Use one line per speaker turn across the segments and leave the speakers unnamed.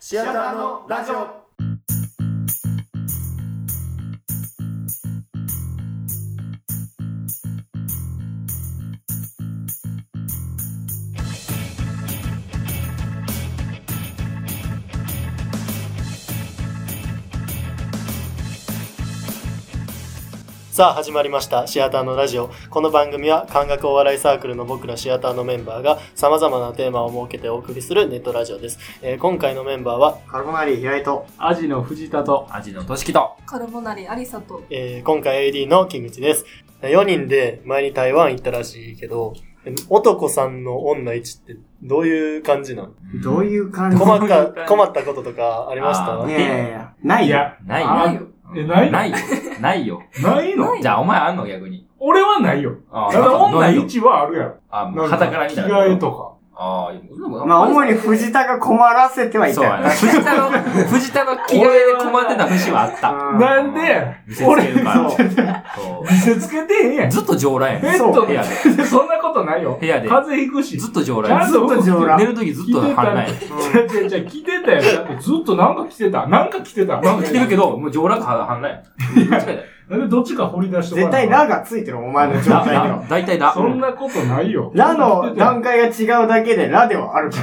シアターのラジオ
さあ始まりましたシアターのラジオこの番組は感覚お笑いサークルの僕らシアターのメンバーがさまざまなテーマを設けてお送りするネットラジオです、えー今回のメンバーは、
カルボナリ平井と
アジの藤田と
アジのとしきと。
カルボナリアリサと
えー今回 AD の木口です4人で前に台湾行ったらしいけど男さんの女1ってどういう感じなの
どういう感じ
困っ
どういう
た
感じ
困ったこととかありまし
あ
た
ー
いやいやいや、ないよ。
ない
あ
な
よ。
いよ
えない
ないよ。ないよ。
ないの
じゃあ、お前あんの逆に。
俺はないよ
あ
ただ女
よ。
一はあるやろ
あ、も
な
うん
か
旗から見た
着
ら。
替えとか
ああ、でも
まあ、主に藤田が困らせてはい
そうや
た
な。
よ。
藤田の、藤田の着替えで困ってた節はあった。
うん
なんで
見せつける から。
そう
そ
見せつけてへんや
うんずっと上羅やね
ベッド
部屋
でそんなことないよ
部屋で
風邪ひくし
ずっと上羅
ち
や
ゃん
ね
と服着て
ずっと上裸
寝るときずっと反乱やね
違う違う違う着てたよだってずっとなんか着てたなんか着てた
なんか着てるけど、もう上羅か反乱や。間違え
なんでどっちか掘り出しとか
絶対
な
ラがついてる、お前の状
た。
態で
だ
は。、
大体だ。
そんなことないよ
ラの段階が違うだけでラではあるか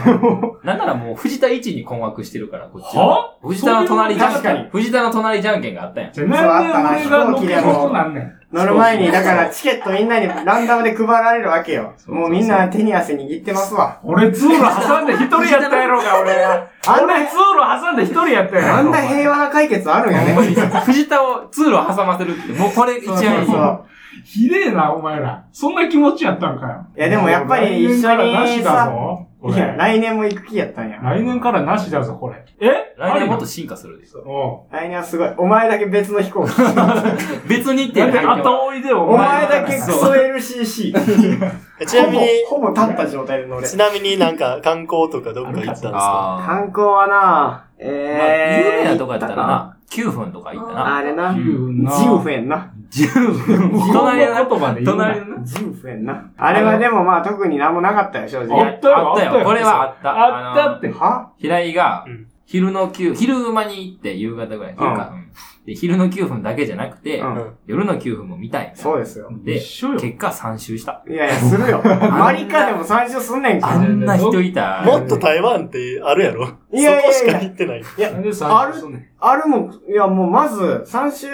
ら。
なんならもう藤田一に困惑してるから、こっちは。
は
藤田の隣じゃん
確かに
けん。藤田の隣じゃんけんがあったやん。
じゃあなんで俺が乗っけることなんねん
乗る前に、だからチケットみんなにランダムで配られるわけよ。もうみんな手に汗握ってますわ。
俺通路挟んで一人やったやろうが俺が
あんな、
俺通路挟んで一人やったやろ
あんな平和な解決あるんや
ほんま
ね。
に藤田を通路挟ませるって、もうこれ一
そう
番
そう
いい
そ。う。
ひでえな、お前ら。そんな気持ちやったんかよ。
いやでもやっぱり一緒に
来年からなしだぞ。こ
い
れ
や、来年も行く気やったんや。
来年からなしだぞ、これ。え
来年もっと
し
進化するで。
お
来年はすごい。お前だけ別の飛行機。
別にっ
う。
て
だっ、
入っててます
後追いでお
お前だけク
か
ソ LCC。
えちなみに
ほぼ、ほぼ立った状態で乗れ
ち。なみになんか観光とかどっか行ったんですか
あ
観光はな
ー。まあ、
えー。
有名なとこやったら。な、9分とか行ったな。
あれな。
ら。
ジ
言うな。
ウフェンな。
10分。
そんな
隣の
言葉で言うな
隣のな。
ジウフェンな。あれはでもまあ特になんもなかったよ、正
あ
直。
ったよ、
あったよ。これはあった。
あったっ
の。
て。
は
平井が
うん、
昼の9、昼間に行って夕方ぐらい。昼かうんで、昼の9分だけじゃなくて
う、
ん
ん。
夜の9分も見たい。
そうですよ。
で
一緒よ。
結果3周した。
いやいや、するよ。マリカでも参照すんねん
あ
か。
んな人いた。
もっと台湾ってあるやろ
いやい
そこ
や
し
い
か
や。
行ってない。
なんで三周すんねん
あるもん、いやもうまず3週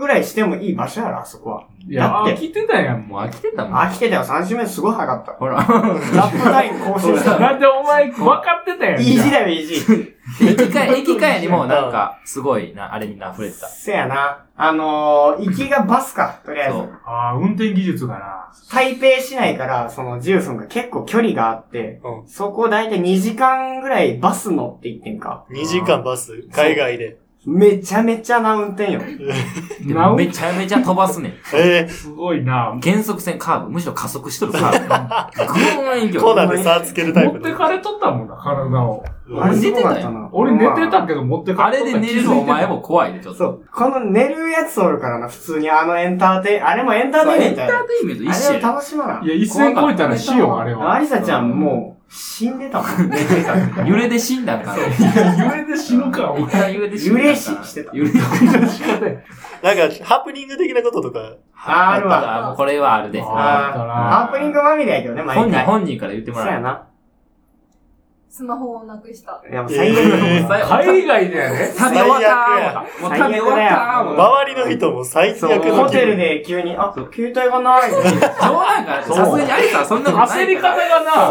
ぐらいしてもいい場所やろ、あそこは。
いや、
だって
飽きてたやん、も
もう飽きてたもん。
飽きてたよ、3週目すごい早かった。
ほら。
ラップタイム更新し
う。
たよ。
なんでお前、分かってたやん。
いい時だよ、いい時。
駅 替え、駅替えにもなんか、すごいな、あれに溢れてた。
せやな。あのー、行きがバスか、とりあえず
そ。う。
ああ、運転技術がな。
台北市内から、その、十分が結構距離があって、
う
そこ大体2時間ぐらいバス乗って行ってんか。
2時間バス、海外で。
めちゃめちゃな運転よ。
で
な
も
お
めちゃめちゃ飛ばすねん。
え
すごいな。
減速線カーブ、むしろ加速しとるカーブ。 グーン遠
ー、
距
コー
離。
ナーで差つけるタイ
持
プ
って
の。
かれとったもんな、体を。
うん
あれ
すごかっ
寝てた
な
俺寝てた
ま
けど持って
あ
かれ
れ
とった。
で寝れるお前も怖いで、ちょ
あ
っ
そ
と。
う。この寝るやつおるからな、普通にあのエンターテイ、あれもエンターテイメ
エ
ン
ン
ト
タ
や
ー
で
テインメント一
あ
緒
れは
や。
楽しまない
や、一線超えたら死よ、あれは。
アリサちゃんもう、死んでたもん。寝てたって。
揺れで死んだんかな。
揺れで死ぬか、お
一
前。
旦揺れで死んだんかな。
揺れ死してた
揺れ
なんか、ハプニング的なこととか、
ああるわ。
もうこれはあるで。
あ
あーハプニングまみれやけどね、毎
本人、
回。
本人から言っても
そうや
らう。
な。
スマホをなくした。
いや、もう最悪
えー
だ
最
海外だよね。
食べ終わったーも
最悪
う食べ終わったーもう
周りの人も最 悪
そう、
の
ホテルで急に、あ、携帯がない。
冗談か、
そう
さすがにありさ、そんなことないから。
焦り方
そ
が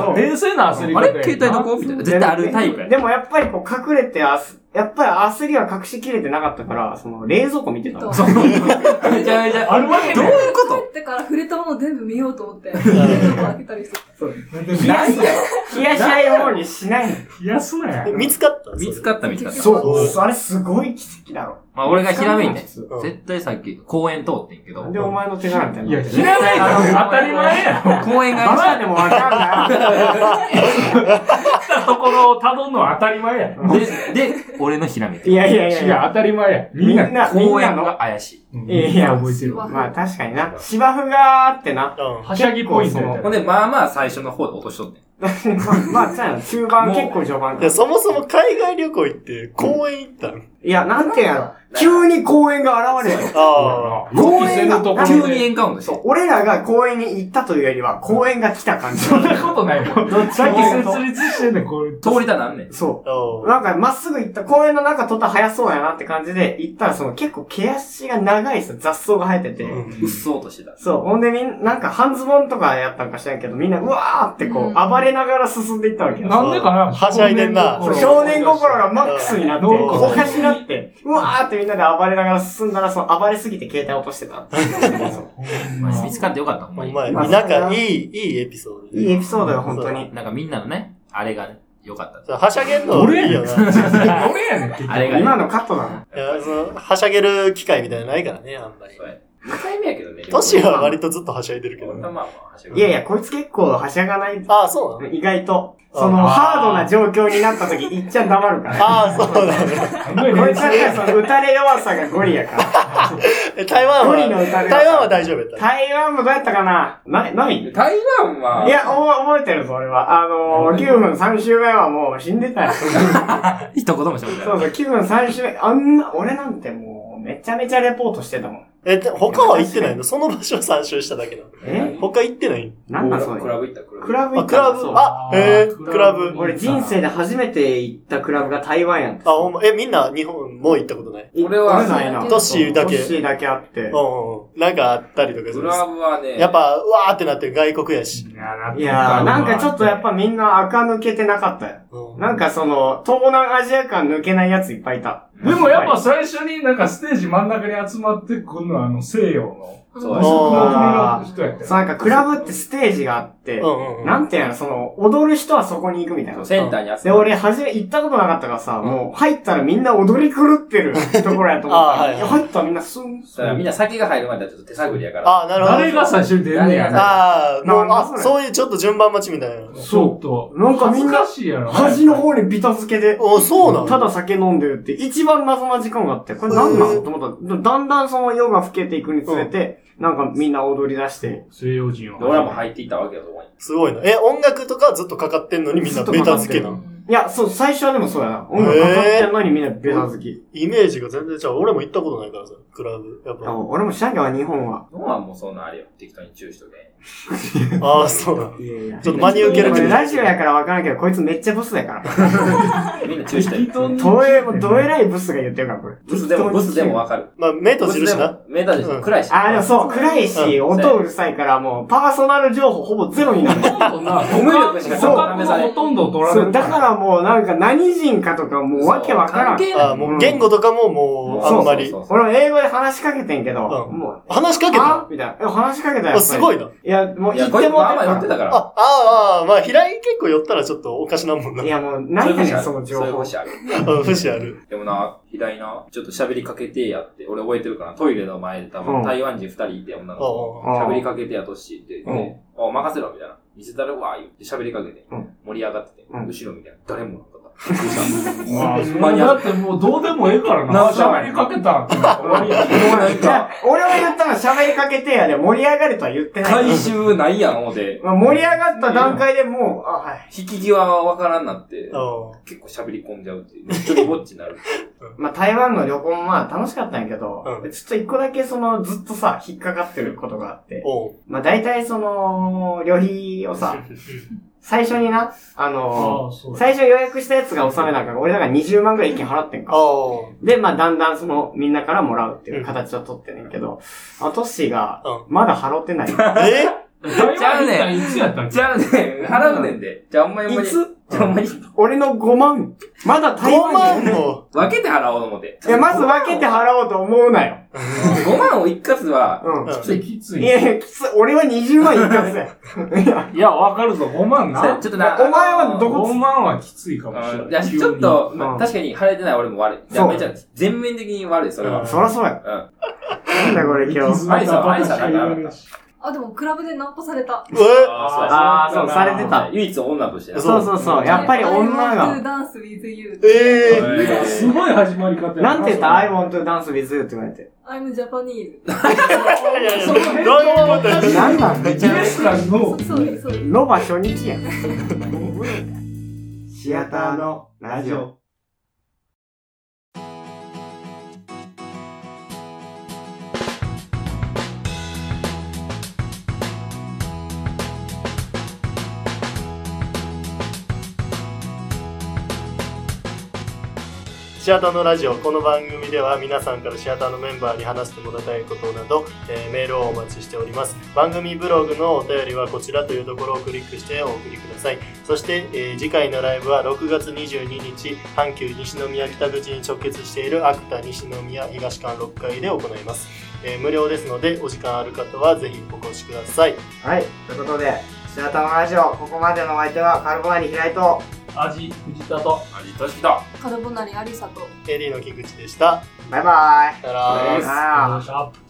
う
な、冷静な焦り方
あ
や
れ
な。
携帯どこみたいな。絶対あるタイプや。
でもやっぱりこう隠れてあす、やっぱり焦りは隠しきれてなかったから、その冷蔵庫見てたの。
そう。めちゃめちゃ。
あるわけ
どう
ね
いうこと
だから触れたもの全部見ようと思って、冷蔵庫開けたりして。
何や
冷やし合い方にしないの。
冷やすなや。
見つかった
見つかった見つかった。
そう
あれすごい奇跡だろ。
まあ俺がひらめい
う
て。
ん
絶対さっき公園通ってんけど。
なんでお前の手柄みたい
い
な。
や、ひらめいたの当たり前やろ。
公園
バ
が
カでもわかんない。
来たところを辿るのは当たり前や。
で、で、俺のひらめき。
いやいやいやい
違う
や。、
当たり前や。
み
み
ん
ん
な、
な、
みん
公
な
園
の
が怪しい。
うん
いやいや
覚えてるわ。
まあ確かにな。芝生があってな。
う
はしゃぎポイントやった
ほん
よ
で、まあまあ最初の方で落としとってん。
まあ、まあ、そうやな。中盤結構序盤
ん。
か
で、。そもそも海外旅行行って公園行ったん
いや、なんていうんやろ。急に公園が現れる。
ああ。
予期せぬところで
急にエンカウントして
そう。。俺らが公園に行ったというよりは、公園が来た感じ。
そんなことないもん。
どっち
さ
か
っき
という
設立してんねん、これ。
通りたなんねん
と。。そ
お
う。なんか、まっすぐ行った、公園の中撮ったら早そうやなって感じで、行ったら、その結構毛足が長いさ、雑草が生えてて。
うん
うっそうとしてた。
そう。ほんでみん、なんか半ズボンとかやったんか知らんけど、みんなうわーってこう、
うん
暴れながら進んでいったわけよ。
なんでかな
はしゃいでんな
そう少年心がマックスになって、
うんうん
高架になって、うわーってみんなで暴れながら進んだら、その暴れすぎて携帯落としてた。
まあ見つかってよかった、ほんま
お
に。
前、
まあ
なんかいい、いいエピソード
いいエピソードよ、本当に。
なんかみんなのね、あれがね、よかった。
ド。はしゃげんの
俺
いい
や
よ
ねん。
な。
俺
い
やねん、結
あれ
局。
が
今
ね。
のカットなの。
やそのはしゃげる機会みたいなのないからね、あんま り。
2回目やけどね。
トシは割とずっとはしゃいでるけど
まあ
ね。
まあはしゃぐ
いやいや、こいつ結構はしゃがない。
ああ、そうなの
意外と。
あー
その、ハードな状況になった時、いっちゃん黙 るから。
ああ、そうなの。
すごい
こい
ね
つ。なんかその、打たれ弱さがゴリやから。
え台 湾
ゴリの
は、
打たれ
台湾は
弱さ。
大丈夫やった。
台湾もどうやったかなな、ない
台湾はい
や、おぼ覚えてるぞ、俺は。あのー、9分3周目はもう死ん でたよ。そ
一言もしゃべら
うそう、9分3周目、あんな、俺なんてもう、めちゃめちゃレポートしてたもん。
え、で他は行ってないのその場所を参集しただけなの。
え
他行ってない
なんだそれ。
ブ行った、ク
クラブ行
あ、
っ
ク
た
ラ
の
ブ
そう
あ、えー、クラブ。
俺人生で初めて行ったクラブが台湾やん。
あ、ほんま、え、みんな日本もう行ったことない
俺は
俺ないな。
トッシーだけ
トッシーだけあって
う。んうんうん。なんかあったりとかす
ク
る。
ラブはね、
やっぱ、うわーってなってる外国やし。
いやー、なんかちょっとやっぱみんな垢抜けてなかったよ。
うん
なんかその、東南アジア感抜けないやついっぱいいた。
でもやっぱ最初になんかステージ真ん中に集まってくるのはあの西洋の。
うん
そう
あの国の人やった
そうなんかクラブってステージがあって、
うんうん。
なんていうの、その、踊る人はそこに行くみたいな。
センターに集まって
で、俺、初め行ったことなかったからさ、もう、入ったらみんな踊り狂ってるところやと思
あーは
った。
いはい
いや入ったらみんなスン。
だからみんな酒が入るまではちょっと手探りやから。
あ、なるほど。
誰が最初に出んねやな。
ああ、もう、
なんだ
あ
そ、れ
そういうちょっと順番待ちみたいな。
そうと。
なんかみんな
恥ずかしいやろ。
端の方にビタ付けで、
お、そうなの
ただ酒飲んでるって、一番謎な時間があって、これ何なのと思ったらだんだんその夜が更けていくにつれて、なんかみんな踊り出して、
西洋人は。
で俺らも入っていったわけよ、そこに。
すごいな。え、音楽とかずっとかかってんのにみんなベタ付けなの。
いや、そう、最初はでもそうやな。音楽かかってんのにみんなベタ付き。
イメージが全然違う。俺も行ったことないからさ、クラブ。やっ
いや俺も知らんけど、日本は。
ノアもうそんなあれよ、適当に注意しとけ。
ぱ。ああ、そうな の。
いやいや。
ちょっと真に受ける
こ
け
れ
ど。
ラジオやからわからんけど、こいつめっちゃブスやから。
みんな注意してる。
どえ、どえらいブスが言ってるから、これ。
ブスでも、ブスでもわかる。
まあ、目閉
ブ
じ
ス
る
で
しな。
も、メタでし
うん
ょ、暗いし。
あ、でもそう、暗いし、音うるさいから、もう、パーソナル情報ほぼゼロになる。
ほとんどな、
語彙力しか
そう
試されない
ほとんど取られ
そ
な
う、
い
だからもう、なんか何人かとかもうわけわから
関
ん。
係ない
ああ、もう言語とかももう、あ
そうん
まり
そ。うそう
俺も英語で話しかけてんけど、
うん
もう、
話しかけ
あ
た
みたいな。え話しかけた
あ
よ。
すご
い。
いな。
いや、もう
い
言
や、
っ
こい
て
つ
も
まあまあ
ら
寄ってたか
あ、あ
ら。
あ、ああまあ、平井結構寄ったらちょっとおかしなもんな。
いや、もう、
そう
ない
いう
ね
節ある
その情
そういう
報。
節ある。
うん、節ある。
でもな、平井な、ちょっと喋りかけてやって、俺覚えてるかな、トイレの前で多
うん
分台湾人二人いて、女の子。
うん
喋りかけてやとしって言って、あ、任せろ、みたいな。見せたるわ、言って喋りかけて
うん、
盛り上がってて、
うん
後ろみたいな。誰もなかった。びっくりした
まあ
ほんまに
だってもうどうでもええからな。
な
喋りかけたって終わりや。
なん
いや
か、
俺は言ったの喋りかけてやで、盛り上がるとは言ってない。
回収ないやん、思て。
まあ盛り上がった段階でもう、あ、はい。
引き際はわからんなって、
う
結構喋り込んじゃうっていう。ちょっとぼっち になる。
まあ、台湾の旅行もまあ楽しかったんやけど、
う
ちょっと一個だけその、ずっとさ、引っかかってることがあって
ん。、おう。
まあ、大体その、旅費をさ、最初にな、 あの
ああ、そうや。
最初予約したやつが納めなんから、俺だから20万ぐらい一気に払ってんか。
あ
で、まあ、だんだんその、みんなからもらうっていう形をとってんねんけど、あの、トッシーが、
う
まだ払ってない。
あ。え
台湾行ったいつやったっけ
じゃあね、払うねんで。じゃあ、あんまりあんまり。
い
じゃ
つ
あ、あんまり。
俺の5万、まだ台
5
湾
万
に。
も。
分けて払おうと思って。
いや、まず分けて払おうと思うなよ。
5万を一括は、
うん。
うん
つい
きつ
い
い。い
やいや、きつ、俺は20万いったんすよ。いや、
や、わかるぞ、5万
そう
な。
ちょっとな。
お前はどこ
5万はきついかもしれ
うんい
な
や、
い。
ちょっと、
急に
まあ
うん
確かに晴れてない俺も悪い。いや、
そう
めちゃ全面的に悪い、それは。
うん
そらそうや。
う
なんだこれ今日。
急に。
挨拶挨拶なんかなかった
し。
あ、でもクラブでナンパされた。
え
ああ、そう、されてた。
唯一女としてな。
そうそうそう。やっぱり女
I want to
が、
dance with you.
えー
えー
すごい始まり方や
なんて言った ?I want to dance with you って言われて。
I'm Japanese.
いやいや
その辺
どういうことだよ
なんなん
イエスさん
そ
の
う、そうです、そうです。
ロバ初日やん。シアターのラジオ。
シアターのラジオこの番組では皆さんからシアターのメンバーに話してもらいたいことなど、えーメールをお待ちしております番組ブログのお便りはこちらというところをクリックしてお送りくださいそして、えー次回のライブは6月22日阪急西宮北口に直結しているアクタ西宮東館6階で行います、えー無料ですのでお時間ある方はぜひお越しください
はい。ということで、シアターのラジオ、ここまでのお相手はカルボナーニ平井と、
味、藤田と。
味としだ。
カルボナリアリサと。
AD の菊池でした
バイバーイ。
さよなら
さよなら
シャープ。